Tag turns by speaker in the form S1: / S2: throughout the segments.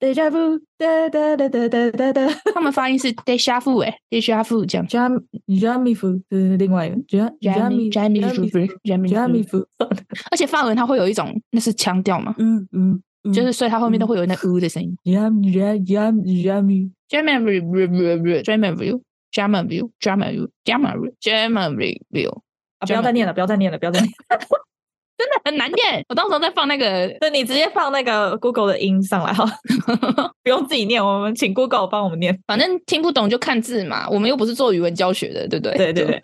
S1: deja vu，哒哒哒哒哒哒哒
S2: 他们发音是 deja vu 哎，deja vu 这样。
S1: ，jam jammy fu 这是另外一个 jam
S2: Jamie Jamie Jamie
S1: jammy
S2: Jamie，
S1: fu，
S2: 而且法文它会有一种那是腔调嘛，
S1: 嗯嗯，嗯
S2: 就是所以它后面都
S1: 嗯
S2: 会有那 u 的声音。
S1: jam jam jam jammy
S2: German view German view German view German view German view German view，
S1: 啊！不要再
S2: Jammy
S1: 念了，不要再念了，不要再念了。
S2: 真的很难念。我到时候再放那个，
S1: 那你直接放那个 Google 的音上来哈， 不用自己念，我们请 Google 帮我们念。
S2: 反正听不懂就看字嘛。我们又不是做语文教学的，对不对？
S1: 对对 对，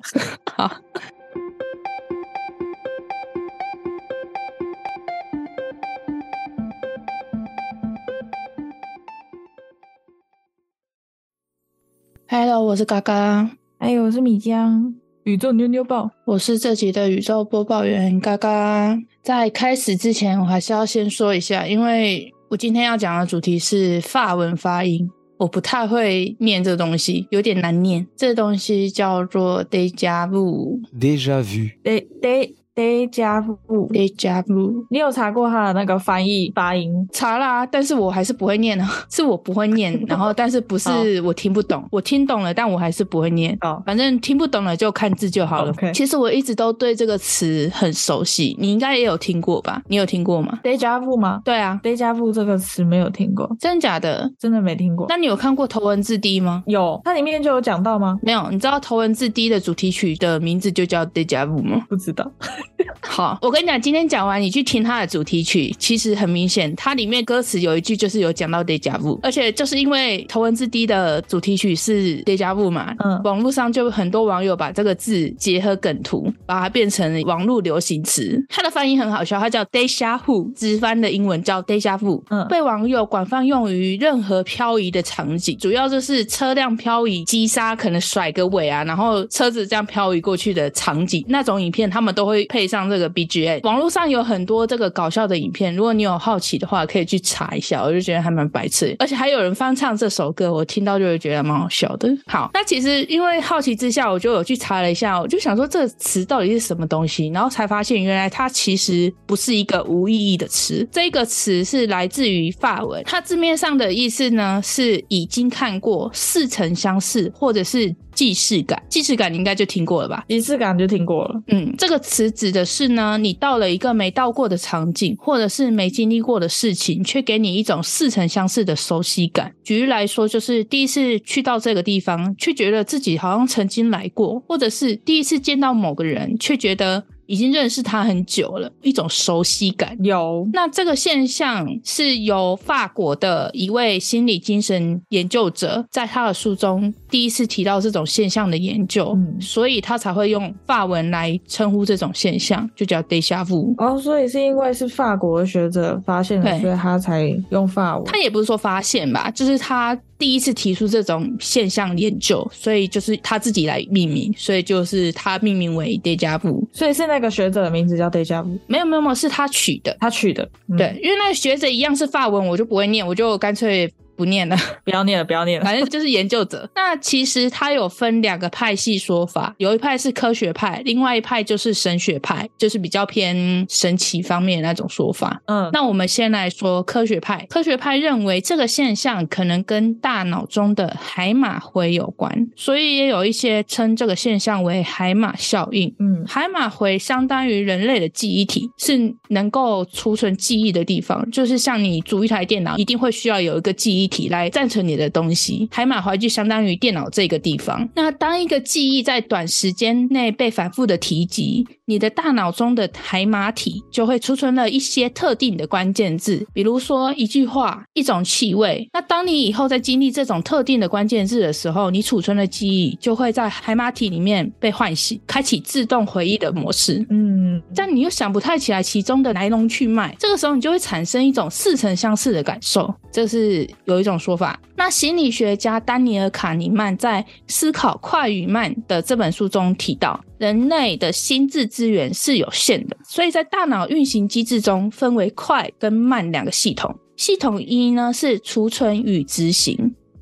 S2: Hello，我是嘎嘎，
S1: 还有哎是米江宇宙妞妞报，
S2: 我是这集的宇宙播报员嘎嘎。在开始之前，我还是要先说一下，因为我今天要讲的主题是法文发音，我不太会念这东西，有点难念。这东西叫做 deja vu，deja
S3: Déjà vu.
S1: d day day 加入，
S2: vu。
S1: 你有查过它的那个翻译发音？
S2: 查啦，但是我还是不会念啊， 是我不会念，然后但是不是我听不懂，我听懂了，但我还是不会念。
S1: 哦，
S2: 反正听不懂了就看字就好了。
S1: OK
S2: 其实我一直都对这个词很熟悉，你应该也有听过吧？你有听过吗？
S1: day 加入吗
S2: 对啊，
S1: ？day 加入这个词没有听过，
S2: 真假的？
S1: 真的没听过。
S2: 那你有看过《头文字 D》吗？
S1: 有，它里面就有讲到吗？
S2: 没有，你知道《头文字 D》的主题曲的名字就叫《Deja Vu》吗？
S1: 不知道。
S2: 好，我跟你讲，今天讲完，你去听它的主题曲，其实很明显，它里面歌词有一句就是有讲到 deja vu，而且就是因为《头文字 D》的主题曲是 deja vu 嘛，
S1: 嗯
S2: 网络上就很多网友把这个字结合梗图，把它变成网络流行词。它的翻译很好笑，它叫 deja vu，直翻的英文叫 deja vu，、
S1: 嗯
S2: 被网友广泛用于任何漂移的场景，主要就是车辆漂移、急刹可能甩个尾啊，然后车子这样漂移过去的场景，那种影片他们都会配上这个 BGM。网络上有很多这个搞笑的影片，如果你有好奇的话，可以去查一下，我就觉得还蛮白痴的，而且还有人翻唱这首歌，我听到就会觉得蛮好笑的。好，那其实因为好奇之下，我就有去查了一下，我就想说这个词到底是什么东西，然后才发现原来它其实不是一个无意义的词，这个词是来自于法文，它字面上的意思呢是已经看过、似曾相识或者是既视感。既视感你应该就听过了吧？
S1: 仪式感就听过了，
S2: 嗯，这个词指的是呢，你到了一个没到过的场景，或者是没经历过的事情，却给你一种似曾相识的熟悉感。举例来说，就是第一次去到这个地方，却觉得自己好像曾经来过，或者是第一次见到某个人，却觉得已经认识他很久了，一种熟悉感。
S1: 有
S2: 那这个现象是由法国的一位心理精神研究者在他的书中第一次提到这种现象的研究，
S1: 嗯
S2: 所以他才会用法文来称呼这种现象，就叫 deja vu。
S1: 哦，所以是因为是法国的学者发现了，
S2: 对
S1: 所以他才用法文。
S2: 他也不是说发现吧，就是他第一次提出这种现象研究，所以就是他自己来命名，所以就是他命名为 deja vu。
S1: 所以是那个学者的名字叫 Deja Vu，
S2: 没有没有没有，是他取的。
S1: 他取的。嗯
S2: 对，，因为那个学者一样是法文，我就不会念，我就干脆不念了。
S1: 不要念了，不要念了。
S2: 反正就是研究者。那其实它有分两个派系说法，有一派是科学派，另外一派就是神学派，就是比较偏神奇方面的那种说法。
S1: 嗯，
S2: 那我们先来说科学派。科学派认为这个现象可能跟大脑中的海马回有关，所以也有一些称这个现象为海马效应。
S1: 嗯，
S2: 海马回相当于人类的记忆体，是能够储存记忆的地方。就是像你组一台电脑，一定会需要有一个记忆体来暂存你的东西。海马回就相当于电脑这个地方。那当一个记忆在短时间内被反复的提及，你的大脑中的海马体就会储存了一些特定的关键字，比如说一句话、一种气味。那当你以后在经历这种特定的关键字的时候，你储存的记忆就会在海马体里面被唤醒，开启自动回忆的模式。
S1: 嗯，
S2: 但你又想不太起来其中的来龙去脉，这个时候你就会产生一种似曾相识的感受，这是有一种说法。那心理学家丹尼尔·卡尼曼在《思考快与慢》的这本书中提到，人类的心智资源是有限的，所以在大脑运行机制中分为快跟慢两个系统。系统一呢是储存与执行，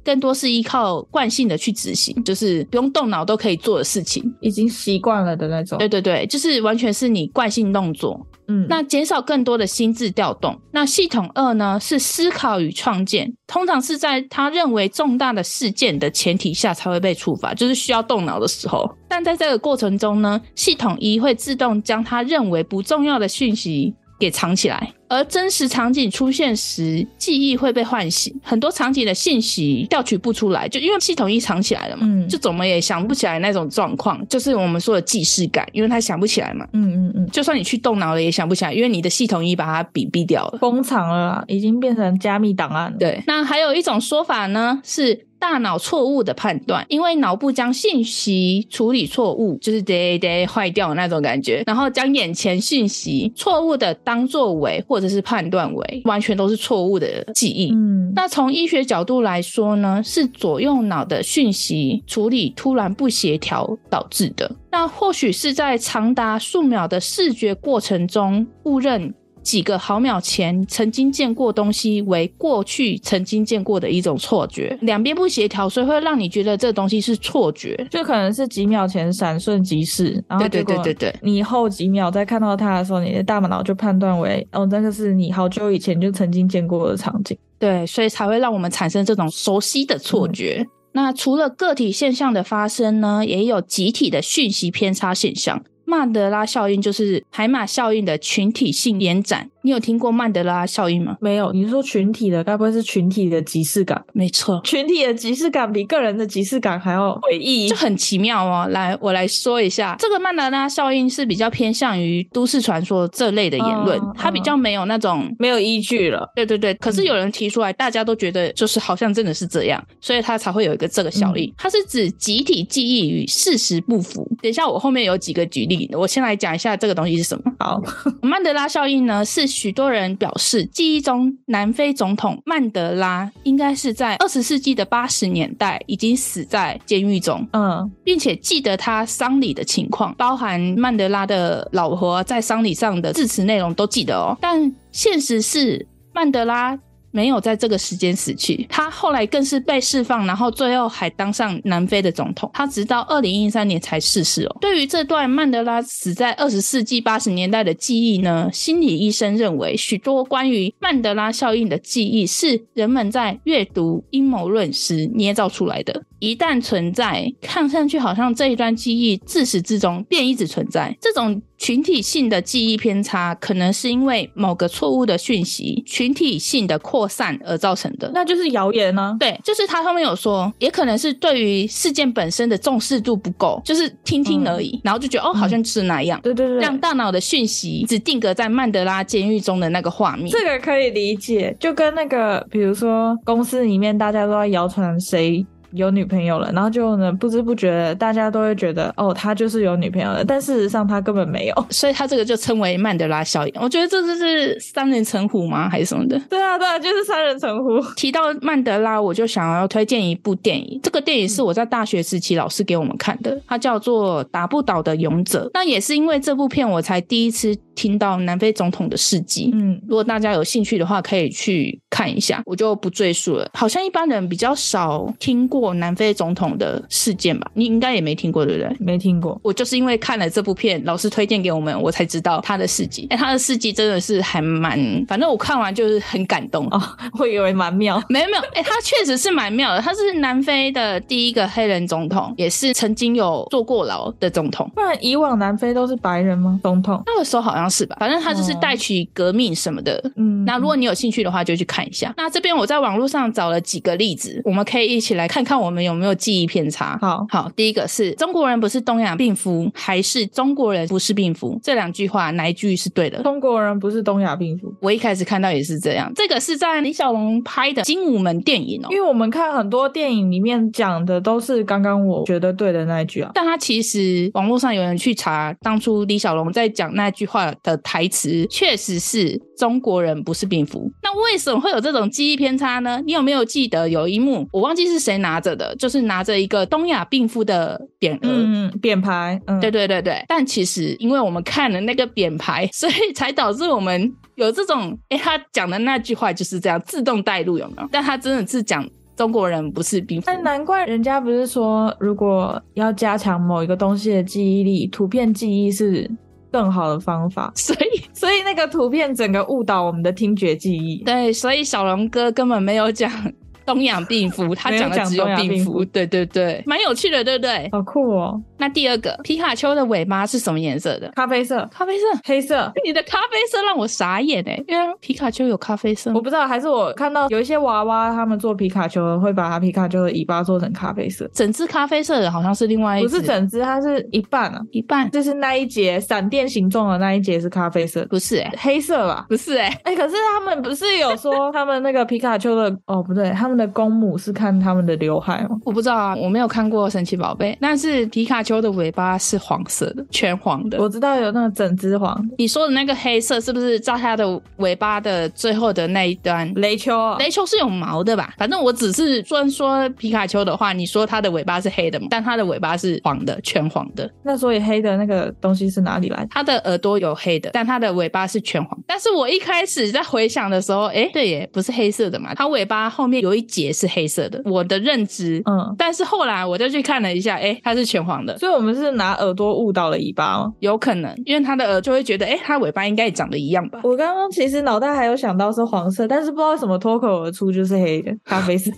S2: 更多是依靠惯性的去执行，就是不用动脑都可以做的事情。
S1: 已经习惯了的那种。
S2: 对对对，就是完全是你惯性动作。
S1: 嗯，
S2: 那减少更多的心智调动。那系统二呢是思考与创建，通常是在他认为重大的事件的前提下才会被处罚，就是需要动脑的时候。但在这个过程中呢，系统一会自动将他认为不重要的讯息给藏起来。而真实场景出现时，记忆会被唤醒，很多场景的信息调取不出来，就因为系统一藏起来了嘛，
S1: 嗯
S2: 就怎么也想不起来那种状况，就是我们说的既视感，因为他想不起来嘛。
S1: 嗯嗯嗯，
S2: 就算你去动脑了，也想不起来，因为你的系统已把它屏蔽掉了。
S1: 封藏了啦，已经变成加密档案了。，
S2: 对，那还有一种说法呢，是大脑错误的判断，因为脑部将信息处理错误，就是 day day 坏掉的那种感觉，然后将眼前讯息错误的当作为或者是判断为，完全都是错误的记忆。
S1: 嗯，
S2: 那从医学角度来说呢，是左右脑的讯息处理突然不协调导致的。那或许是在长达数秒的视觉过程中，误认几个毫秒前曾经见过东西为过去曾经见过的一种错觉，两边不协调，所以会让你觉得这东西是错觉。
S1: 就可能是几秒前闪瞬即逝，然后啊
S2: 对对对
S1: 结果
S2: 对对
S1: 你后几秒再看到它的时候，你的大脑就判断为，哦，那个是你好久以前就曾经见过的场景。
S2: 对，所以才会让我们产生这种熟悉的错觉。那除了个体现象的发生呢，也有集体的讯息偏差现象。曼德拉效应就是海马效应的群体性延展。你有听过曼德拉效应吗？
S1: 没有，你说群体的，该不会是群体的即视感？
S2: 没错，
S1: 群体的即视感比个人的即视感还要诡异
S2: 就。很奇妙哦。来，我来说一下，这个曼德拉效应是比较偏向于都市传说这类的言论，
S1: 嗯
S2: 它比
S1: 嗯
S2: 较没有那种
S1: 没有依据了，
S2: 对对对，可是
S1: 嗯
S2: 有人提出来，大家都觉得就是好像真的是这样，所以它才会有一个这个效应。它是指集体记忆与事实不符。等一下，我后面有几个举例，我先来讲一下这个东西是什么。
S1: 好，
S2: 曼德拉效应呢，是许多人表示记忆中南非总统曼德拉应该是在二十世纪的八十年代已经死在监狱中，
S1: 嗯，
S2: 并且记得他丧礼的情况，包含曼德拉的老婆在丧礼上的致辞内容都记得哦。但现实是，曼德拉没有在这个时间死去，他后来更是被释放，然后最后还当上南非的总统。他直到二零一三年才逝世哦。对于这段曼德拉死在二十世纪八十年代的记忆呢，心理医生认为，许多关于曼德拉效应的记忆是人们在阅读阴谋论时捏造出来的。一旦存在，看上去好像这一段记忆自始至终便一直存在。这种群体性的记忆偏差，可能是因为某个错误的讯息群体性的扩散而造成的。
S1: 那就是谣言啊呢、
S2: 对，就是他后面有说，也可能是对于事件本身的重视度不够，就是听听而已，然后就觉得哦，好像就是那样，
S1: 对对对，
S2: 让大脑的讯息只定格在曼德拉监狱中的那个画面。
S1: 这个可以理解，就跟那个，比如说公司里面大家都在谣传谁有女朋友了，然后就呢不知不觉大家都会觉得哦，他就是有女朋友了，但事实上他根本没有。
S2: 所以他这个就称为曼德拉效应。我觉得这就是三人成虎吗？还是什么的？
S1: 对啊，对啊，就是三人成虎。
S2: 提到曼德拉，我就想要推荐一部电影。这个电影是我在大学时期老师给我们看的，它叫做《打不倒的勇者》。那也是因为这部片，我才第一次听到南非总统的事迹。
S1: 嗯，
S2: 如果大家有兴趣的话，可以去看一下，我就不赘述了。好像一般人比较少听过南非总统的事件吧，你应该也没听过，对不对？
S1: 没听过。
S2: 我就是因为看了这部片，老师推荐给我们，我才知道他的事迹。哎、他的事迹真的是还蛮……反正我看完就是很感动。
S1: 哦，我以为蛮妙。
S2: 没有没有，哎、他确实是蛮妙的。他是南非的第一个黑人总统，也是曾经有坐过牢的总统。
S1: 不然以往南非都是白人吗？总统？
S2: 那个时候好像是吧，反正他就是带起革命什么的。
S1: 嗯，
S2: 那如果你有兴趣的话，就去看一下。那这边我在网络上找了几个例子，我们可以一起来看看我们有没有记忆偏差。
S1: 好，
S2: 好，第一个是中国人不是东亚病夫，还是中国人不是病夫？这两句话哪一句是对的？
S1: 中国人不是东亚病夫，
S2: 我一开始看到也是这样，这个是在李小龙拍的《精武门》电影哦
S1: 因。为我们看很多电影里面讲的都是刚刚我觉得对的那一句啊。
S2: 但他其实网络上有人去查，当初李小龙在讲那句话的台词，确实是中国人不是蝙蝠。那为什么会有这种记忆偏差呢？你有没有记得有一幕，我忘记是谁拿着的，就是拿着一个东亚病夫的匾额。
S1: 嗯，嗯扁牌，嗯，
S2: 对对对对，但其实因为我们看了那个匾牌，所以才导致我们有这种，哎，他讲的那句话就是这样自动带入，有没有？但他真的是讲中国人不是蝙蝠。
S1: 但难怪人家不是说，如果要加强某一个东西的记忆力，图片记忆是更好的方法，
S2: 所以
S1: 所以那个图片整个误导我们的听觉记忆。
S2: 对，所以小龙哥根本没有讲 东洋病夫，他
S1: 没有
S2: 讲的
S1: 讲
S2: 只有
S1: 东洋
S2: 病
S1: 病
S2: 夫。
S1: 夫
S2: 对对对，蛮有趣的，对不对？
S1: 好酷哦！
S2: 那第二个，皮卡丘的尾巴是什么颜色的？
S1: 咖啡色、
S2: 咖啡色。
S1: 黑色，
S2: 你的咖啡色让我傻眼哎、因为皮卡丘有咖啡色吗
S1: 我。不知道，还是我看到有一些娃娃他们做皮卡丘会把它皮卡丘的尾巴做成咖啡色，
S2: 整只咖啡色的好像是另外一
S1: 不
S2: 只，
S1: 是整只，它是一半啊，
S2: 一半，
S1: 就是那一节闪电形状的那一节是咖啡色，
S2: 不是哎、
S1: 黑色吧？
S2: 不是哎、
S1: 哎、可是他们不是有说他们那个皮卡丘的哦，不对，他们的公母是看他们的刘海哦吗？
S2: 我不知道啊，我没有看过神奇宝贝，但是皮卡丘的尾巴是黄色的，全黄的。
S1: 我知道有那个整只黄
S2: 你说的那个黑色是不是在它的尾巴的最后的那一端？
S1: 雷丘、啊，
S2: 雷丘是有毛的吧？反正我只是专说皮卡丘的话，你说它的尾巴是黑的嘛，但它的尾巴是黄的，全黄的。
S1: 那所以黑的那个东西是哪里来的？
S2: 它的耳朵有黑的，但它的尾巴是全黄。但是我一开始在回想的时候，诶，对耶，不是黑色的嘛，它尾巴后面有一节是黑色的，我的认知。
S1: 嗯，
S2: 但是后来我就去看了一下，诶，它是全黄的，
S1: 所以我们是拿耳朵误导了尾巴哦吗？
S2: 有可能，因为它的耳就会觉得，诶，它尾巴应该也长得一样吧。
S1: 我刚刚其实脑袋还有想到是黄色，但是不知道为什么脱口而出就是黑的咖啡色。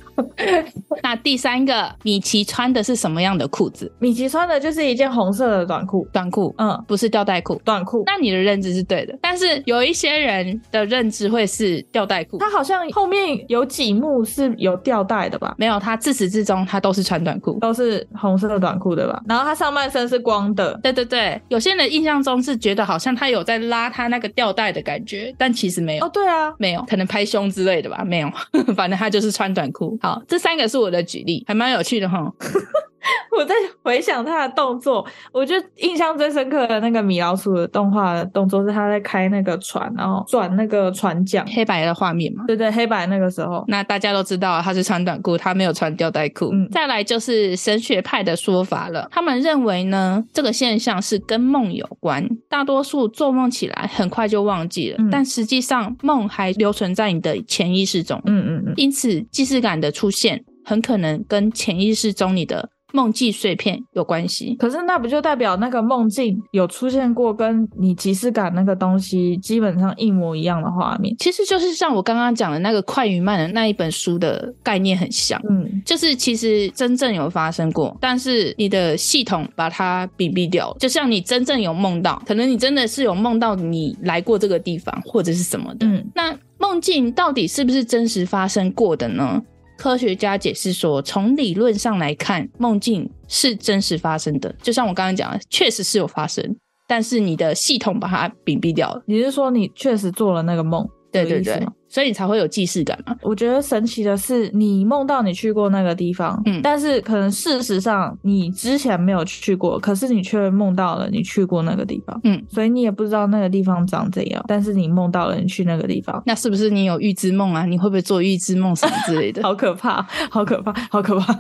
S2: 那第三个，米奇穿的是什么样的裤子？
S1: 米奇穿的就是一件红色的短裤，
S2: 短裤，
S1: 嗯，
S2: 不是吊带裤。
S1: 短裤。
S2: 那你的认知是对的，但是有一些人的认知会是吊带裤，
S1: 它好像后面有几幕是有吊带的吧？
S2: 没有，他自始至终他都是穿短裤。
S1: 都是红色的短裤对吧？然后它上半身是光的，
S2: 对对对，有些人的印象中是觉得好像他有在拉他那个吊带的感觉，但其实没有。
S1: 哦，对啊，
S2: 没有，可能拍胸之类的吧，没有， 反正他就是穿短裤。好，这三个是我的举例，还蛮有趣的哈。
S1: 我在回想他的动作，我觉得印象最深刻的那个米老鼠的动画的动作是他在开那个船，然后转那个船桨，
S2: 黑白的画面嘛，
S1: 对对，黑白那个时候，
S2: 那大家都知道他是穿短裤，他没有穿吊带裤。
S1: 嗯
S2: 再来就是神学派的说法了，他们认为呢，这个现象是跟梦有关，大多数做梦起来很快就忘记了，
S1: 嗯
S2: 但实际上梦还留存在你的潜意识中。
S1: 嗯嗯嗯，
S2: 因此，既视感的出现很可能跟潜意识中你的梦记碎片有关系。
S1: 可是那不就代表那个梦境有出现过跟你即视感那个东西基本上一模一样的画面？
S2: 其实就是像我刚刚讲的那个快与慢的那一本书的概念很像，
S1: 嗯，
S2: 就是其实真正有发生过，但是你的系统把它屏蔽掉了。就像你真正有梦到，可能你真的是有梦到你来过这个地方或者是什么的。
S1: 嗯，
S2: 那梦境到底是不是真实发生过的呢？科学家解释说，从理论上来看，梦境是真实发生的，就像我刚刚讲的，确实是有发生，但是你的系统把它屏蔽掉了。
S1: 你是说你确实做了那个梦？
S2: 对
S1: 有
S2: 对
S1: 意思
S2: 对
S1: 吗，
S2: 所以你才会有既视感嘛。
S1: 我觉得神奇的是，你梦到你去过那个地方，
S2: 嗯
S1: 但是可能事实上你之前没有去过，可是你却梦到了你去过那个地方，
S2: 嗯，
S1: 所以你也不知道那个地方长怎样，但是你梦到了你去那个地 方，
S2: 那是不是你有预知梦啊？你会不会做预知梦什么之类的？
S1: 好可怕，好可怕，好可怕，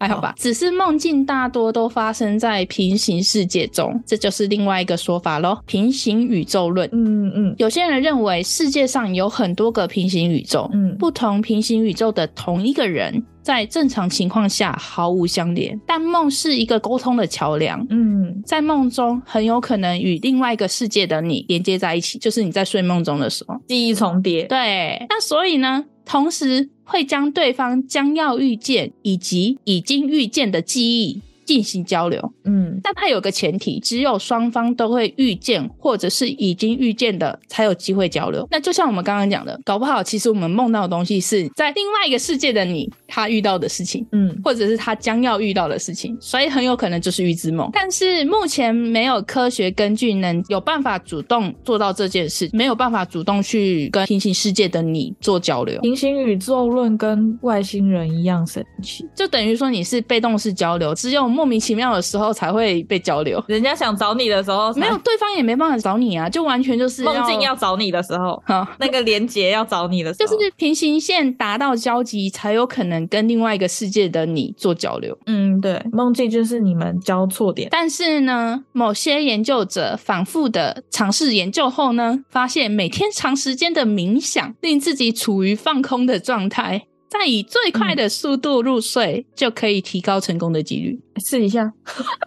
S2: 还好吧，只是梦境大多都发生在平行世界中，这就是另外一个说法咯。平行宇宙论，
S1: 嗯嗯
S2: 有些人认为世界上有很多个平行宇宙，
S1: 嗯，
S2: 不同平行宇宙的同一个人，在正常情况下毫无相连，但梦是一个沟通的桥梁。
S1: 嗯
S2: 在梦中，很有可能与另外一个世界的你连接在一起，就是你在睡梦中的时候。
S1: 记忆重叠，
S2: 对，那所以呢，同时会将对方将要遇见以及已经遇见的记忆进行交流。
S1: 嗯
S2: 但它有个前提，只有双方都会遇见或者是已经遇见的才有机会交流。那就像我们刚刚讲的，搞不好其实我们梦到的东西是在另外一个世界的你他遇到的事情。
S1: 嗯，
S2: 或者是他将要遇到的事情，所以很有可能就是预知梦。但是目前没有科学根据能有办法主动做到这件事，没有办法主动去跟平行世界的你做交流，
S1: 平行宇宙论跟外星人一样神奇，
S2: 就等于说你是被动式交流，只有莫名其妙的时候才会被交流。
S1: 人家想找你的时候，
S2: 没有，对方也没办法找你啊，就完全就是
S1: 梦境要找你的时候，
S2: 好，
S1: 那个连结要找你的时
S2: 就
S1: 候，
S2: 是平行线达到交集，才有可能跟另外一个世界的你做交流。
S1: 嗯，对，梦境就是你们交错点。
S2: 但是呢，某些研究者反复的尝试研究后呢，发现每天长时间的冥想令自己处于放空的状态，再以最快的速度入睡，就可以提高成功的几率。
S1: 试一下，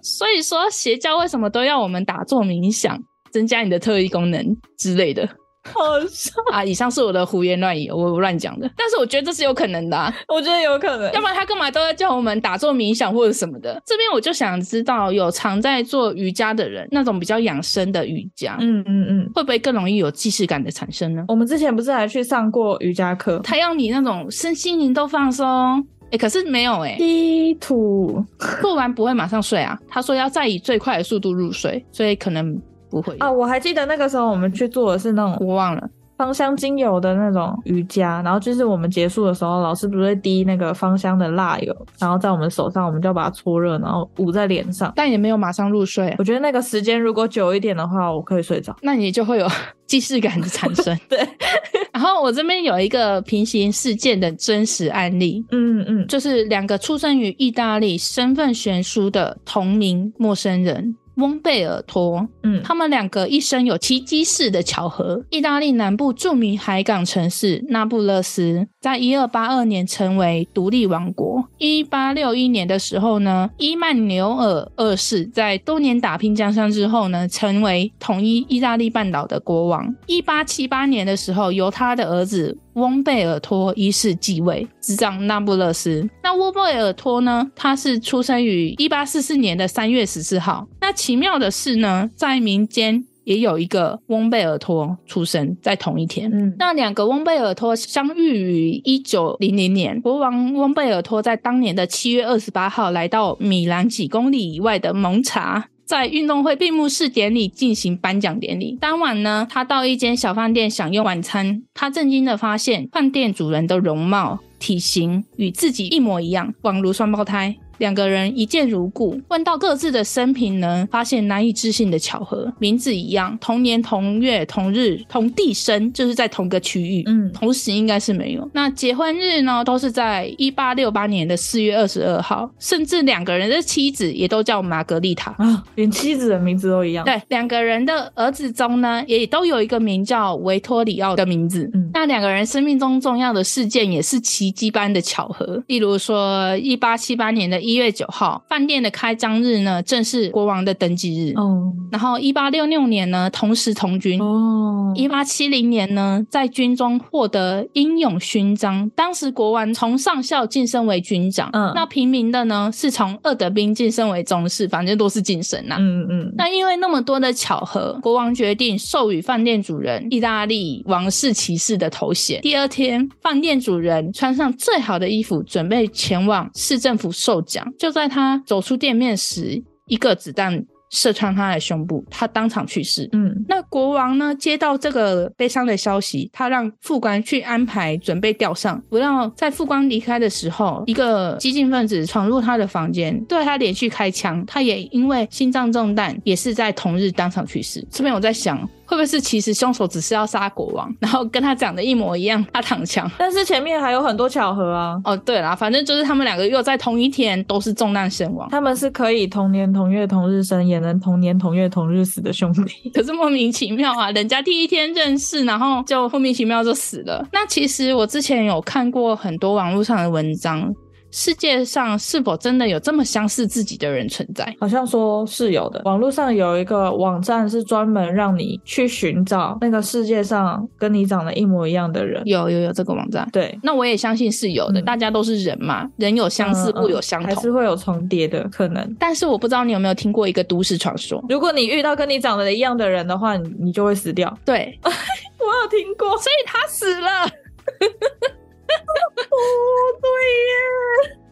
S2: 所以说，邪教为什么都要我们打坐冥想？增加你的特异功能之类的
S1: 好笑，
S2: 啊。以上是我的胡言乱语，我乱讲的，但是我觉得这是有可能的、啊。
S1: 我觉得有可能
S2: 要。不然他干嘛都在叫我们打坐冥想或者什么的？这边我就想知道，有常在做瑜伽的人，那种比较养生的瑜伽，
S1: 嗯嗯嗯，
S2: 会不会更容易有既视感的产生呢？
S1: 我们之前不是还去上过瑜伽课？
S2: 他要你那种身心灵都放松，哎，可是没有哎、
S1: 嗯低土
S2: 做完不会马上睡啊。他说要再以最快的速度入睡，所以可能不会。
S1: 啊，我还记得那个时候我们去做的是那种
S2: 我忘了，
S1: 芳香精油的那种瑜伽，然后就是我们结束的时候，老师不是会滴那个芳香的蜡油，然后在我们手上，我们就要把它搓热，然后捂在脸上。
S2: 但也没有马上入睡啊、
S1: 我觉得那个时间如果久一点的话，我可以睡着。
S2: 那你就会有 既视感的产生。
S1: 对，
S2: 然后我这边有一个平行事件的真实案例，
S1: 嗯嗯，
S2: 就是两个出生于意大利、身份悬殊的同名陌生人。翁贝尔托，
S1: 嗯，
S2: 他们两个一生有奇迹式的巧合。意大利南部著名海港城市那不勒斯，在一二八二年成为独立王国。一八六一年的时候呢，伊曼纽尔二世在多年打拼江山之后呢，成为统一意大利半岛的国王。一八七八年的时候，由他的儿子翁贝尔托一世继位，执掌那不勒斯。那翁贝尔托呢，他是出生于一八四四年的三月十四号。那奇妙的是呢，在民间也有一个翁贝尔托出生在同一天。
S1: 嗯，
S2: 那两个翁贝尔托相遇于一九零零年，国王翁贝尔托在当年的七月二十八号来到米兰几公里以外的蒙查。在运动会闭幕式典礼进行颁奖典礼。当晚呢，他到一间小饭店享用晚餐。他震惊地发现，饭店主人的容貌、体型与自己一模一样，宛如双胞胎。两个人一见如故，问到各自的生平呢，发现难以置信的巧合，名字一样，同年同月同日同地生，就是在同个区域。
S1: 嗯
S2: 同时应该是没有。那结婚日呢，都是在一八六八年的四月二十二号，甚至两个人的妻子也都叫玛格丽塔。
S1: 啊，连妻子的名字都一样。，
S2: 对，两个人的儿子中呢，也都有一个名叫维托里奥的名字。
S1: 嗯
S2: 那两个人生命中重要的事件也是奇迹般的巧合，例如说，一八七八年的一月九号，饭店的开张日呢，正是国王的登基日。
S1: 哦
S2: 然后，一八六六年呢，同时从军。
S1: 哦，
S2: 一八七零年呢，在军中获得英勇勋章。当时国王从上校晋升为军长，
S1: 嗯
S2: 那平民的呢是从二等兵晋升为中士，反正都是晋升呐、啊
S1: 嗯嗯，
S2: 那因为那么多的巧合，国王决定授予饭店主人意大利王室骑士的头衔。第二天，饭店主人穿上最好的衣服，准备前往市政府授奖。就在他走出店面时，一个子弹射穿他的胸部，他当场去世。
S1: 嗯
S2: 那国王呢，接到这个悲伤的消息，他让副官去安排准备吊丧，不料在副官离开的时候，一个激进分子闯入他的房间，对他连续开枪，他也因为心脏中弹，也是在同日当场去世。这边我在想，会不会是其实凶手只是要杀国王，然后跟他长得一模一样，他躺枪？
S1: 但是前面还有很多巧合啊，
S2: 哦，对啦，反正就是他们两个又在同一天都是中弹身亡。
S1: 他们是可以同年同月同日生，也能同年同月同日死的兄弟。
S2: 可是莫名其妙啊，人家第一天认识，然后就莫名其妙就死了。那其实我之前有看过很多网络上的文章，世界上是否真的有这么相似自己的人存在？
S1: 好像说是有的，网络上有一个网站是专门让你去寻找那个世界上跟你长得一模一样的人。
S2: 有有有这个网站。
S1: 对，
S2: 那我也相信是有的，
S1: 嗯
S2: 大家都是人嘛，人有相似，
S1: 嗯嗯
S2: 物有相
S1: 还
S2: 同。
S1: 是会有重叠的可能。
S2: 但是我不知道你有没有听过一个都市传说，
S1: 如果你遇到跟你长得一样的人的话，你你就会死掉。
S2: 对，
S1: 我有听过，
S2: 所以他死了。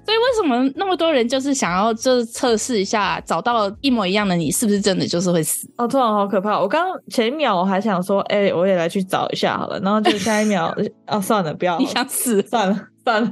S2: 所以为什么那么多人就是想要就是测试一下，找到一模一样的你，是不是真的就是会死？
S1: 哦，突然好可怕！我刚前一秒我还想说，哎、我也来去找一下好了，然后就下一 秒，哦，算了，不要了
S2: 你想死？
S1: 算了算了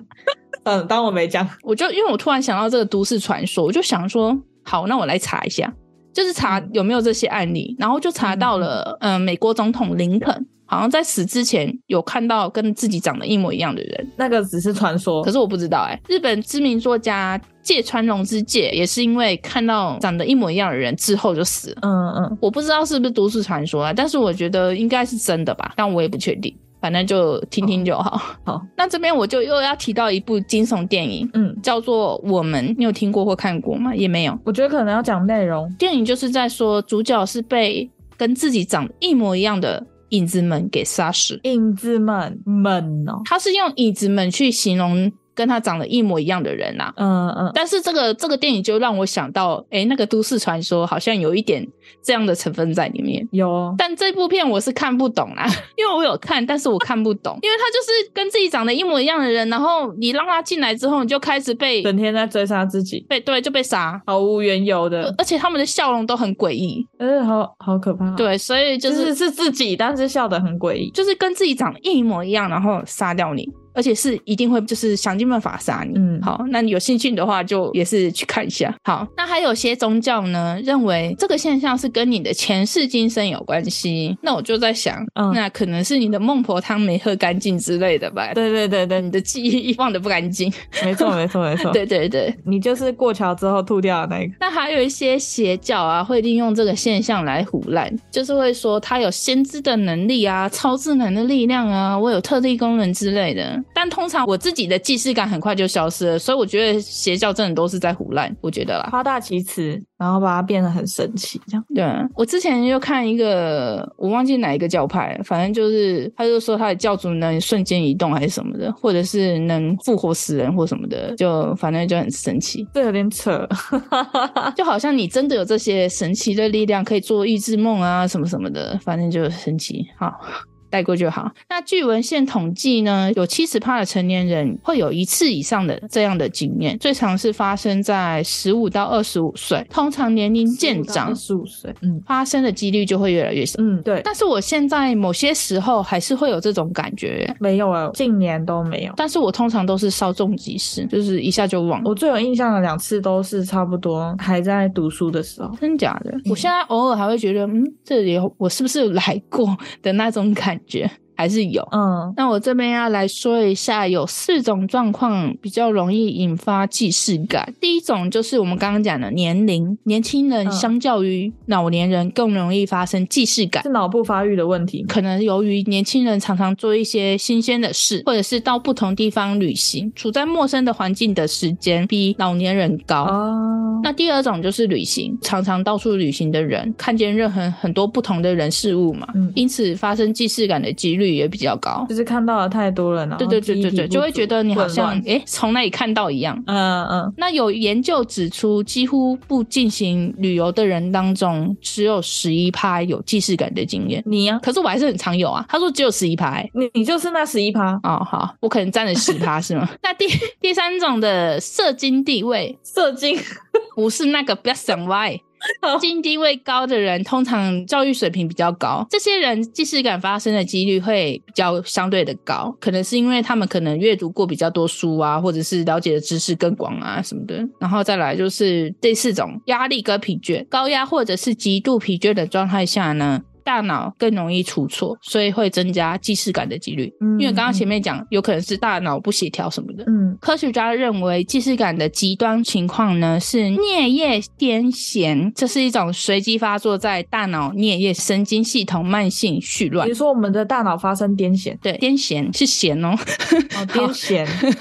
S1: 算了，当我没讲。
S2: 我就因为我突然想到这个都市传说，我就想说，好，那我来查一下，就是查
S1: 嗯
S2: 有没有这些案例，然后就查到了，嗯、美国总统林肯好像在死之前有看到跟自己长得一模一样的人，
S1: 那个只是传说
S2: 可。是我不知道哎、日本知名作家芥川龙之介也是因为看到长得一模一样的人之后就死了，
S1: 嗯嗯，
S2: 我不知道是不是都市传说啊，但是我觉得应该是真的吧，但我也不确定。反正就听听就好。
S1: 好，
S2: 那这边我就又要提到一部惊悚电影，
S1: 嗯，
S2: 叫做《我们》，你有听过或看过吗？也没有。
S1: 我觉得可能要讲内容。
S2: 电影就是在说主角是被跟自己长得一模一样的影子们给杀死。
S1: 影子们们哦，
S2: 他是用影子们去形容跟他长得一模一样的人呐、
S1: 嗯嗯，
S2: 但是这个这个电影就让我想到，诶，那个都市传说好像有一点这样的成分在里面。
S1: 有
S2: 但这部片我是看不懂啦， 因为我有看，但是我看不懂，因为他就是跟自己长得一模一样的人，然后你让他进来之后，你就开始被
S1: 整天在追杀自己，
S2: 被对就被杀，
S1: 毫无缘由的，
S2: 而且他们的笑容都很诡异，
S1: 嗯，好好可怕。，
S2: 对，所以就
S1: 就是是是自己，但是笑得很诡异。
S2: 就是跟自己长得一模一样，然后杀掉你，而且是一定会就是想尽办法杀你。
S1: 嗯
S2: 好，那你有兴趣的话，就也是去看一下。好，那还有些宗教呢，认为这个现象是跟你的前世今生有关系。那我就在想，
S1: 嗯
S2: 那可能是你的孟婆汤没喝干净之类的吧。
S1: 对对对对，
S2: 你的记忆忘得不干净，
S1: 没错没错没错。
S2: 对对对。
S1: 你就是过桥之后吐掉的那一个。
S2: 那还有一些邪教啊，会利用这个现象来胡乱，就是会说他有先知的能力啊、超自然的力量啊，我有特异功能之类的。但通常我自己的既视感很快就消失了，所以我觉得邪教真的都是在胡乱，我觉得啦。
S1: 夸大其词，然后把它变得很神奇，这样。
S2: 对啊，我之前就看一个，我忘记哪一个教派了，反正就是他就说他的教主能瞬间移动还是什么的，或者是能复活死人或什么的，就反正就很神奇。
S1: 这有点扯，
S2: 就好像你真的有这些神奇的力量，可以做预知梦啊，什么什么的，反正就神奇。好。 带过就好。那据文献统计呢，有七十趴的成年人会有一次以上的这样的经验，最常是发生在十五到二十五岁，通常年龄渐长，
S1: 十五岁，嗯
S2: 发生的几率就会越来越少。
S1: 嗯，对，
S2: 但是我现在某些时候还是会有这种感觉，
S1: 没有啊，近年都没有。
S2: 但是我通常都是稍纵即逝，就是一下就忘了。
S1: 我最有印象的两次都是差不多还在读书的时候，
S2: 真假的？我现在偶尔还会觉得，嗯，这里有我是不是有来过的那种感觉，还是有。
S1: 嗯
S2: 那我这边要来说一下，有四种状况比较容易引发既视感。第一种就是我们刚刚讲的年龄，年轻人
S1: 嗯
S2: 相较于老年人更容易发生既视感。
S1: 是脑部发育的问题。
S2: 可能由于年轻人常常做一些新鲜的事，或者是到不同地方旅行，处在陌生的环境的时间比老年人高。
S1: 哦，
S2: 那第二种就是旅行，常常到处旅行的人，看见任何很多不同的人事物嘛，
S1: 嗯
S2: 因此发生既视感的几率也比较高。
S1: 就是看到了太多了，然后
S2: 对对对对
S1: 记忆
S2: 对，
S1: 力不
S2: 就会
S1: 足
S2: 觉得你好像
S1: 混乱
S2: 诶从哪里看到一样。
S1: 嗯嗯
S2: 那有研究指出，几乎不进行旅游的人当中，只有十一趴有既视感的经验。
S1: 你呀、
S2: 可是我还是很常有啊。他说只有十一趴、欸
S1: 你你就是那十一趴
S2: 哦，好，我可能占了十趴是吗？ 那第第三种的社经地位，
S1: 射精，
S2: 不是那个，不要想歪
S1: 好。
S2: 经济地位高的人，通常教育水平比较高，这些人既视感发生的几率会比较相对的高，可能是因为他们可能阅读过比较多书啊，或者是了解的知识更广啊什么的。然后再来就是第四种，压力跟疲倦，高压或者是极度疲倦的状态下呢。大脑更容易出错，所以会增加既视感的几率。
S1: 嗯
S2: 因为刚刚前
S1: 面
S2: 面讲，有可能是大脑不协调什么的。
S1: 嗯
S2: 科学家认为，既视感的极端情况呢是颞叶癫痫，这是一种随机发作在大脑颞叶神经系统慢性絮
S1: 比
S2: 乱
S1: 如。说我们的大脑发生癫痫，
S2: 对，癫痫是痫哦，
S1: 哦，癫痫，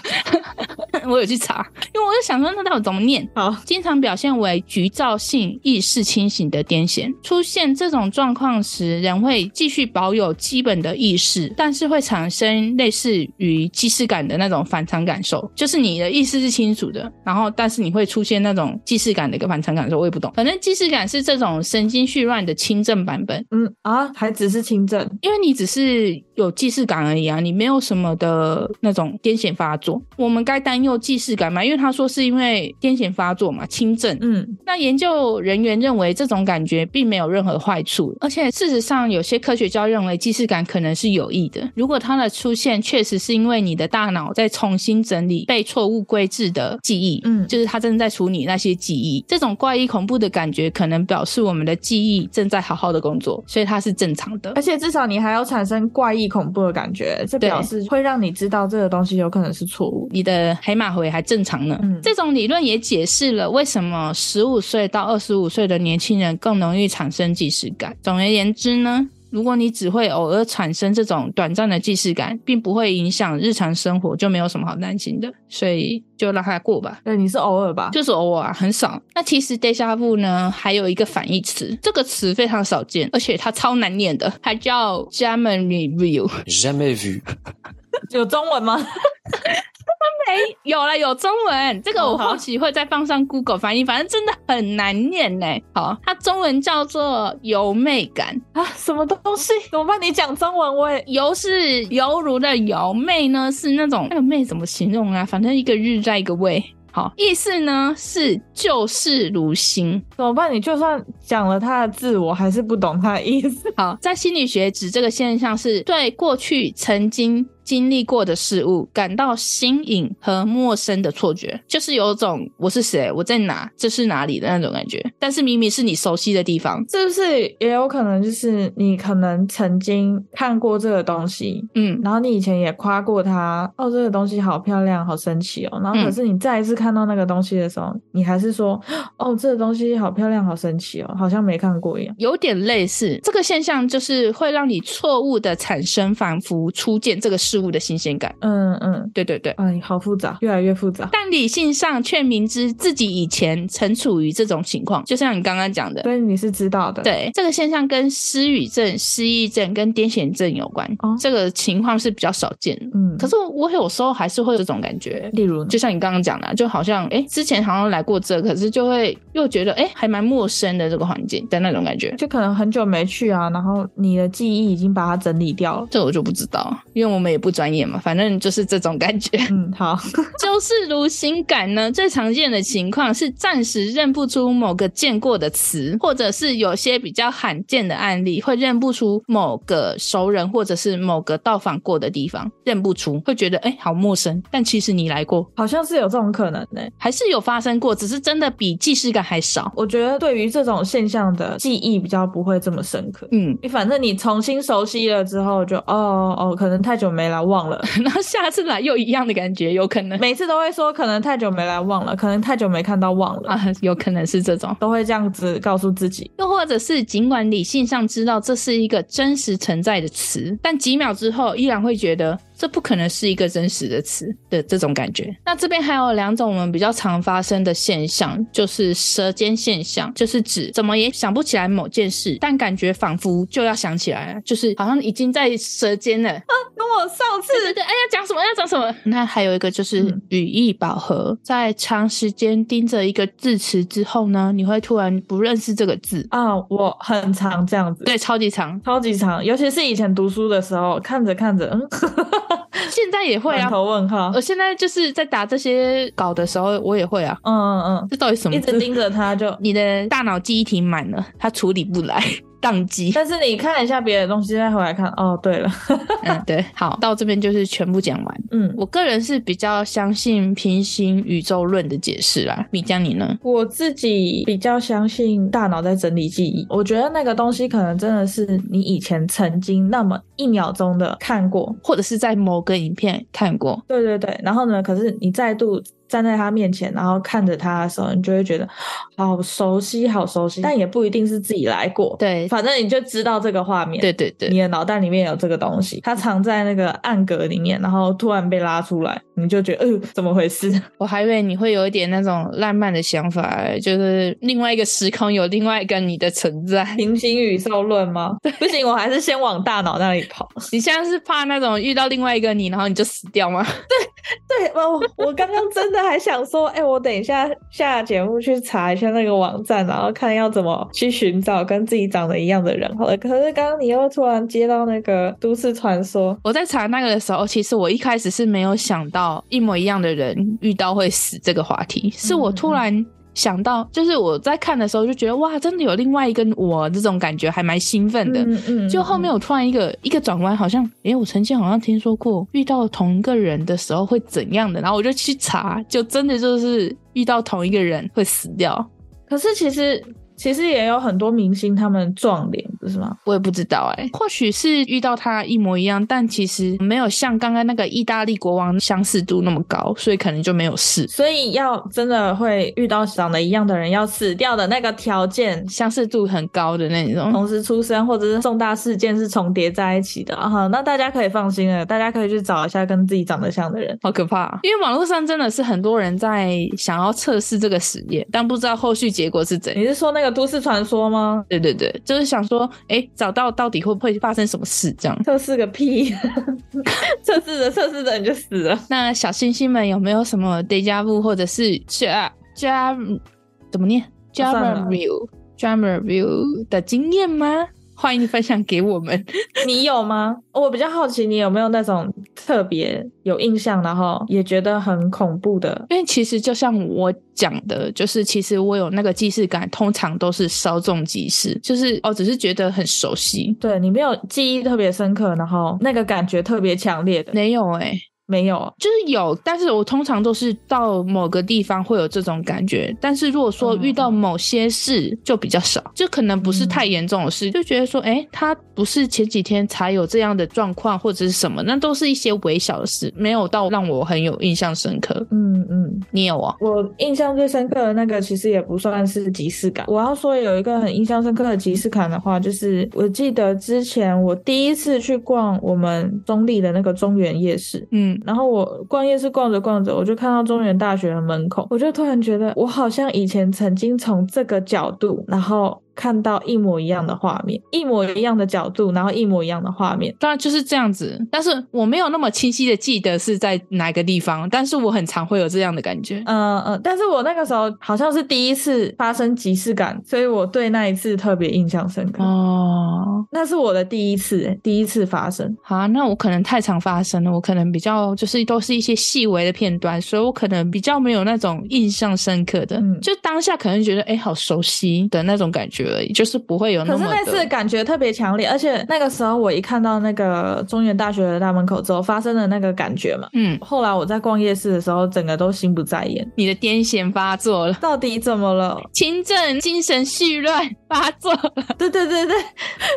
S2: 我有去查，因为我就想说那到底怎么念。
S1: 好，
S2: 经常表现为局灶性意识清醒的癫痫。出现这种状况时，人会继续保有基本的意识，但是会产生类似于既视感的那种反常感受，就是你的意识是清楚的，然后但是你会出现那种既视感的一个反常感受，我也不懂。反正既视感是这种神经絮乱的轻症版本，
S1: 嗯啊，还只是轻症，
S2: 因为你只是有既视感而已啊，你没有什么的那种癫痫发作。我们该担忧既视感嘛？因为他说是因为癫痫发作嘛，轻症。
S1: 嗯
S2: 那研究人员认为这种感觉并没有任何坏处，而且事实上，有些科学家认为既视感可能是有益的。如果它的出现确实是因为你的大脑在重新整理被错误规制的记忆，
S1: 嗯
S2: 就是它正在处理那些记忆，这种怪异恐怖的感觉可能表示我们的记忆正在好好的工作，所以它是正常的
S1: 而。且至少你还要产生怪异恐怖的感觉，这
S2: 对
S1: 表示会让你知道这个东西有可能是错误。
S2: 你的海马回还正常呢。
S1: 嗯
S2: 这种理论也解释了为什么十五岁到二十五岁的年轻人更容易产生即视感。总而言之呢。如果你只会偶尔产生这种短暂的既视感，并不会影响日常生活，就没有什么好担心的。所以就让它过吧。
S1: 对，你是偶尔吧？
S2: 就是偶尔、啊、很少。那其实 deja vu 呢，还有一个反义词，这个词非常少见，而且它超难念的，它叫 jamais vu。
S3: Jamais vu.
S1: 有中文吗？
S2: 哎，有了，有中文，这个我
S1: 哦好
S2: 后期会再放上 Google 翻译，反正真的很难念呢。好，它中文叫做油媚感，
S1: 啊，什么东西？怎么办？你讲中文我也
S2: 油是犹如的油，媚呢是那种那个媚怎么形容啊？反正一个日在一个味。好，意思呢是旧事如新。
S1: 怎么办？你就算讲了他的字，我还是不懂他的意思。
S2: 好，在心理学指这个现象是对过去曾经经历过的事物感到新颖和陌生的错觉，就是有种我是谁，我在哪，这是哪里的那种感觉。但是明明是你熟悉的地方，
S1: 是不是也有可能就是你可能曾经看过这个东西，
S2: 嗯，
S1: 然后你以前也夸过它，哦，这个东西好漂亮，好神奇哦。然
S2: 嗯
S1: 后可是你再一次看到那个东西的时候，你还是说，哦，这个东西好漂亮，好神奇哦，好像没看过一样。
S2: 有点类似这个现象，就是会让你错误的产生仿佛初见这个事物的新鲜感。
S1: 嗯嗯，
S2: 对对对。
S1: 哎，好复杂，越来越复杂。
S2: 但理性上却明知自己以前曾处于这种情况，就像你刚刚讲的，
S1: 所以你是知道的，，
S2: 对，这个现象跟失语症、失忆症跟癫痫症有关，
S1: 哦
S2: 这个情况是比较少见的。
S1: 嗯。
S2: 可是我有时候还是会有这种感觉，
S1: 例如呢，
S2: 就像你刚刚讲的啊，就好像哎，诶之前好像来过这，可是就会又觉得哎，诶还蛮陌生的这个环境的那种感觉。
S1: 就可能很久没去啊，然后你的记忆已经把它整理掉了。
S2: 这我就不知道，因为我们也不专业嘛，反正就是这种感觉。
S1: 嗯，好，
S2: 旧事如新感呢，最常见的情况是暂时认不出某个见过的词，或者是有些比较罕见的案例会认不出某个熟人或者是某个到访过的地方，认不出，会觉得哎、诶好陌生，但其实你来过，
S1: 好像是有这种可能呢、
S2: 还是有发生过，只是真的比既视感还少。
S1: 我觉得对于这种现象的记忆比较不会这么深刻。
S2: 嗯，
S1: 你反正你重新熟悉了之后就，哦哦，可能太久没来忘 了。
S2: 然后下次来又一样的感觉，有可能
S1: 每次都会说可能太久没来忘了，可能太久没看到忘了，
S2: 啊，有可能是这种。
S1: 都会这样子告诉自己。
S2: 又或者是，尽管理性上知道这是一个真实存在的词，但几秒之后依然会觉得这不可能是一个真实的词的这种感觉。那这边还有两种我们比较常发生的现象，就是舌尖现象，就是指怎么也想不起来某件事，但感觉仿佛就要想起来了，就是好像已经在舌尖了。
S1: 跟我上次
S2: 对对对，哎，要讲什么？要讲什么？那还有一个就是
S1: 嗯
S2: 语义饱和，在长时间盯着一个字词之后呢，你会突然不认识这个字。
S1: 啊、我很常这样子，
S2: 对，，超级长，
S1: 超级长，尤其是以前读书的时候，看着看着，嗯，
S2: 现在也会
S1: 满
S2: 啊。
S1: 头问号，
S2: 我现在就是在打这些稿的时候，我也会啊。
S1: 嗯嗯
S2: 这到底什
S1: 嗯，
S2: 么
S1: 一
S2: 字？
S1: 直盯着它就
S2: 你的大脑记忆体满了，它处理不来， 宕机。
S1: 但是你看一下别的东西，再回来看。哦，对了，
S2: 嗯，对，好，到这边就是全部讲完。
S1: 嗯，
S2: 我个人是比较相信平行宇宙论的解释啦。米江，你呢？
S1: 我自己比较相信大脑在整理记忆。我觉得那个东西可能真的是你以前曾经那么一秒钟的看过，
S2: 或者是在某个影片看过？
S1: 对对对。然后呢，可是你再度站在他面前，然后看着他的时候，你就会觉得好熟悉，好熟悉，但也不一定是自己来过。，
S2: 对，
S1: 反正你就知道这个画面。
S2: 对对对，
S1: 你的脑袋里面有这个东西，它藏在那个暗格里面，然后突然被拉出来，你就觉得，呃，怎么回事？
S2: 我还以为你会有一点那种浪漫的想法、就是另外一个时空有另外一个你的存在。
S1: 平行宇宙论吗？不行，我还是先往大脑那里跑。
S2: 你现在是怕那种遇到另外一个你，然后你就死掉吗？
S1: 对，我我刚刚真的还想说，哎、我等一下下节目去查一下那个网站，然后看要怎么去寻找跟自己长得一样的人。好了，可是刚刚你又突然接到那个都市传说，
S2: 我在查那个的时候，其实我一开始是没有想到一模一样的人遇到会死这个话题，是我突然想到，就是我在看的时候就觉得哇，真的有另外一个我这种感觉，还蛮兴奋的。
S1: 嗯嗯
S2: 就后面我突然一个一个转弯，好像诶，我曾经好像听说过遇到同一个人的时候会怎样的，然后我就去查，就真的就是遇到同一个人会死掉。
S1: 可是其实其实也有很多明星他们撞脸，不子是吗？
S2: 我也不知道哎、或许是遇到他一模一样，但其实没有像刚刚那个意大利国王相似度那么高，所以可能就没有事。
S1: 所以要真的会遇到长得一样的人，要死掉的那个条件，
S2: 相似度很高的那种，
S1: 同时出生或者是重大事件是重叠在一起的啊哈，那大家可以放心了，大家可以去找一下跟自己长得像的人。
S2: 好可怕、啊因为网络上真的是很多人在想要测试这个实验，但不知道后续结果是怎样。
S1: 你是说那个都市传说吗？
S2: 对对对，就是想说，哎，找到到底会不会发生什么事这样？
S1: 测试个屁！ 测试着测试着你就死了。
S2: 那小星星们有没有什么 deja vu 或者是 ja ja 怎么念 j a
S1: 啊算
S2: m
S1: 了
S2: a r i e j a m a r i e 的经验吗？欢迎分享给我们。
S1: 你有吗？我比较好奇你有没有那种特别有印象，然后也觉得很恐怖的。
S2: 因为其实就像我讲的，就是其实我有那个既视感，通常都是稍纵即逝，就是哦，只是觉得很熟悉。
S1: 对你没有记忆特别深刻，然后那个感觉特别强烈的，
S2: 没有哎、
S1: 没有。啊
S2: 就是有，但是我通常都是到某个地方会有这种感觉，但是如果说
S1: 嗯
S2: 遇到某些事就比较少，就可能不是太严重的事，就觉得说，哎，他不是前几天才有这样的状况或者是什么，那都是一些微小的事，没有到让我很有印象深刻。
S1: 嗯嗯，
S2: 你有哦？
S1: 我印象最深刻的那个其实也不算是即视感。我要说有一个很印象深刻的即视感的话，就是我记得之前我第一次去逛我们中立的那个中原夜市，
S2: 嗯，
S1: 然后我逛夜市逛着逛着，我就看到中原大学的门口，我就突然觉得我好像以前曾经从这个角度，然后看到一模一样的画面，一模一样的角度，然后一模一样的画面。
S2: 当然就是这样子，但是我没有那么清晰的记得是在哪个地方，但是我很常会有这样的感觉。
S1: 嗯嗯，但是我那个时候好像是第一次发生即视感，所以我对那一次特别印象深刻。
S2: 哦，
S1: 那是我的第一次，第一次发生。
S2: 好啊，那我可能太常发生了，我可能比较就是都是一些细微的片段，所以我可能比较没有那种印象深刻的，
S1: 嗯
S2: 就当下可能觉得哎、诶好熟悉的那种感觉而已，就是不会有哦那
S1: 可是
S2: 么
S1: 那次
S2: 的。
S1: 感觉特别强烈，而且那个时候我一看到那个中原大学的大门口之后发生的那个感觉嘛，
S2: 嗯，
S1: 后来我在逛夜市的时候，整个都心不在焉。
S2: 你的癫痫发作了，
S1: 到底怎么 了？
S2: 轻症精神絮乱发作了，
S1: 对对对 对，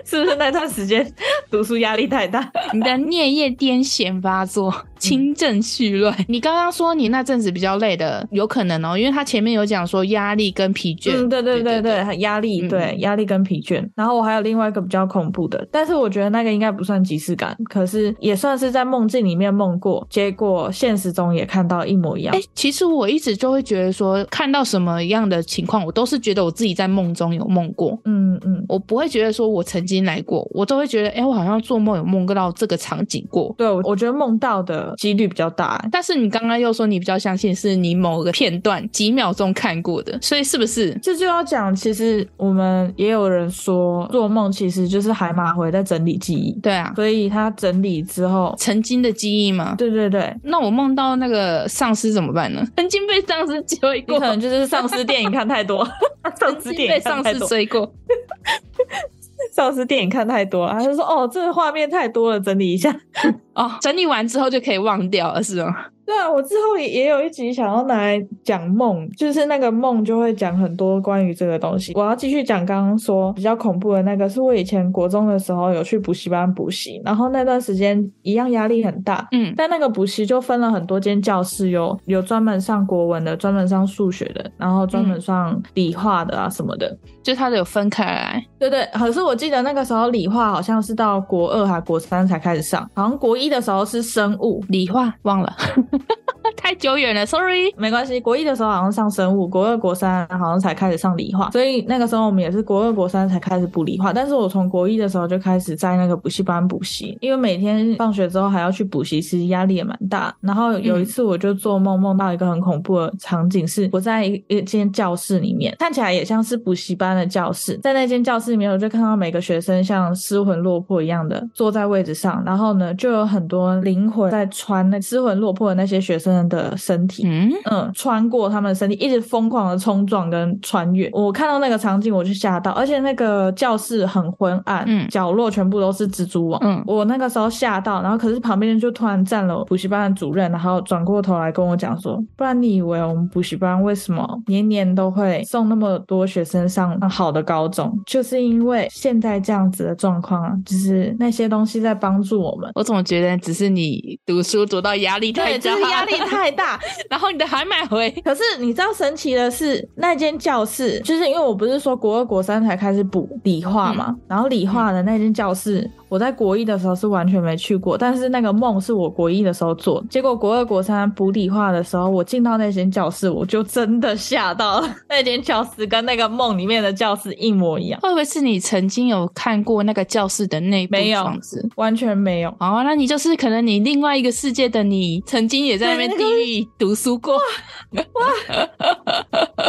S1: 是不是那段时间读书压力太大？
S2: 你的颞叶癫痫发作，
S1: 嗯
S2: 轻症絮乱。你刚刚说你那阵子比较累的，有可能哦，因为他前面有讲说压力跟疲倦，
S1: 嗯，对对对
S2: 对
S1: 对，压力，
S2: 嗯
S1: 对压力跟疲倦。然后我还有另外一个比较恐怖的，但是我觉得那个应该不算即视感，可是也算是在梦境里面梦过，结果现实中也看到一模一样
S2: 哎、。其实我一直就会觉得说，看到什么样的情况，我都是觉得我自己在梦中有梦过，
S1: 嗯嗯，
S2: 我不会觉得说我曾经来过，我都会觉得，哎、我好像做梦有梦到这个场景过。
S1: 对，我我觉得梦到的几率比较大、欸。
S2: 但是你刚刚又说你比较相信是你某个片段几秒钟看过的，所以是不是？
S1: 这就要讲，其实我们也有人说，做梦其实就是海马回在整理记忆，
S2: 对啊，
S1: 所以他整理之后，
S2: 曾经的记忆吗？
S1: 对对对，
S2: 那我梦到那个丧尸怎么办呢？曾经被丧尸追
S1: 你
S2: 过
S1: 可，能就是丧尸电影看太 多，丧尸
S2: 曾经
S1: 电
S2: 被
S1: 影看
S2: 丧
S1: 太
S2: 尸
S1: 多，
S2: 追过。
S1: 丧尸电影看太多了，他就说哦，这个画面太多了，整理一下。
S2: 哦，整理完之后就可以忘掉了，是吗？
S1: 对啊，我之后也也有一集想要拿来讲梦，就是那个梦就会讲很多关于这个东西。我要继续讲刚刚说比较恐怖的那个，是我以前国中的时候有去补习班补习，然后那段时间一样压力很大，
S2: 嗯，
S1: 但那个补习就分了很多间教室，有有专门上国文的，专门上数学的，然后专门
S2: 嗯
S1: 上理化的啊什么的。
S2: 就它有分开来。
S1: 对对，可是我记得那个时候理化好像是到国二还国三才开始上，好像国一的时候是生物，
S2: 理化忘了， 太久远了，sorry。
S1: 没关系，国一的时候好像上生物，国二国三好像才开始上理化，所以那个时候我们也是国二国三才开始补理化，但是我从国一的时候就开始在那个补习班补习，因为每天放学之后还要去补习，其实压力也蛮大。然后有一次我就做梦，梦到一个很恐怖的场景，是我在一一间教室里面，看起来也像是补习班的教室，在那间教室里面，我就看到每个学生像失魂落魄一样的坐在位置上，然后呢，就有很多灵魂在穿那失魂落魄的那些学生的身体，
S2: 嗯，
S1: 嗯，穿过他们的身体，一直疯狂的冲撞跟穿越。我看到那个场景，我就吓到，而且那个教室很昏暗，
S2: 嗯
S1: 角落全部都是蜘蛛网。
S2: 嗯
S1: 我那个时候吓到，然后可是旁边就突然站了补习班的主任，然后转过头来跟我讲说：“不然你以为我们补习班为什么年年都会送那么多学生上好的高中？就是因为现在这样子的状况啊，就是那些东西在帮助我们。”
S2: 我怎么觉得只是你读书读到压力太
S1: 对，就
S2: 大，
S1: 是压力太大，
S2: 然后你的还买回，
S1: 可是你知道神奇的是，那间教室，就是因为我不是说国二、国三才开始补理化嘛，然后理化的那间教室，我在国一的时候是完全没去过，但是那个梦是我国一的时候做的，结果国二、国三补理化的时候，我进到那间教室，我就真的吓到了， 那间教室跟那个梦里面的教室一模一样，
S2: 会不会是你曾经有看过那个教室的内部
S1: 没有
S2: 装置？
S1: 完全没有。
S2: 哦，那你就是可能你另外一个世界的你，曾经也在那边
S1: 对
S2: 地
S1: 那
S2: 狱读书过。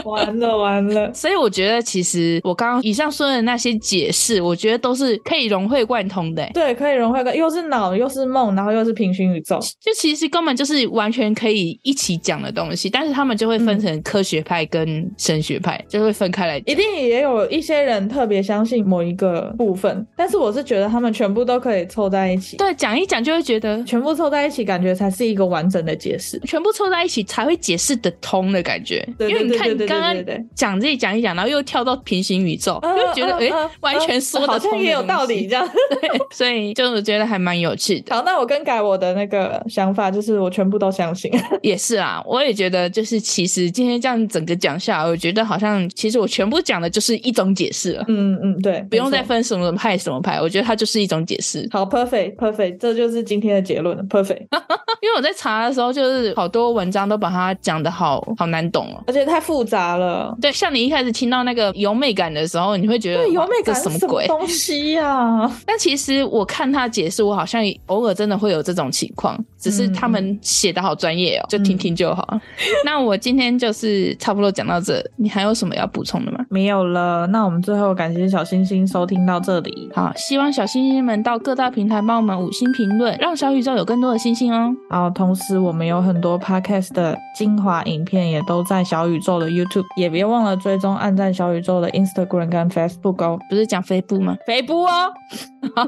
S1: 完了完了，
S2: 所以我觉得，其实我刚刚以上说的那些解释，我觉得都是可以融会贯通的欸。
S1: 对，可以融会贯，又是脑又是梦，然后又是平行宇宙。
S2: 就其实根本就是完全可以一起讲的东西，但是他们就会
S1: 嗯
S2: 分成科学派跟神学派，就会分开来
S1: 一定也有一些人特别相信某一个部分，但是我是觉得他们全部都可以凑在一起，
S2: 对，讲一讲就会觉得
S1: 全部凑在一起，感觉才是一个完整的解释。
S2: 全部凑在一起才会解释得通的感觉。
S1: 对对
S2: 因为你看
S1: 对
S2: 你
S1: 对对对
S2: 刚
S1: 对对
S2: 刚
S1: 对
S2: 讲这讲一讲，然后又跳到平行宇宙，
S1: 嗯
S2: 就觉得
S1: 嗯
S2: 诶，
S1: 嗯
S2: 完全说得
S1: 好像
S2: 通的
S1: 也有
S2: 东
S1: 道
S2: 西
S1: 理这样。
S2: 对，所以就我觉得还蛮有趣的。
S1: 好，那我更改我的那个想法，就是我全部都相信。
S2: 也是啊，我也觉得就是其实今天这样整个讲下来，我觉得好像其实我全部讲的就是一种解释了，
S1: 嗯嗯，对，
S2: 不用
S1: 没
S2: 再
S1: 错。
S2: 分什么派什么派，我觉得它就是一种解释。
S1: 好，perfect，perfect，这就是今天的结论了，perfect。
S2: 因为我在查的时候，就是好多文章都把它讲的好好难懂哦。
S1: 而且太复杂 了，
S2: 对，像你一开始听到那个油妹感的时候，你会觉得
S1: 对，
S2: 哇
S1: 有美感
S2: 这
S1: 是
S2: 什么
S1: 什么
S2: 鬼？
S1: 东西呀、 啊？
S2: 但其实我看他解释，我好像偶尔真的会有这种情况，只是
S1: 嗯
S2: 他们写的好专业哦，就听听就好。 那我今天就是差不多讲到这，你还有什么要补充的吗？
S1: 没有了，那我们最后感谢小星星收听到这里。
S2: 好，希望小星星们到各大平台帮我们五星评论，让小宇宙有更多的星星哦。
S1: 然后同时我们有很多 podcast 的精华影片也都在小宇宙的 YouTube，也别忘了追踪、按赞小宇宙的 Instagram 跟 Facebook 哦，
S2: 不是讲飞布吗？
S1: 肥布哦，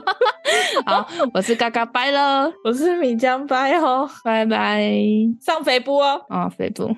S2: 好，我是嘎嘎，拜喽，
S1: 我是米江白哦，
S2: 拜拜。
S1: 上肥布哦。
S2: 哦，飞布。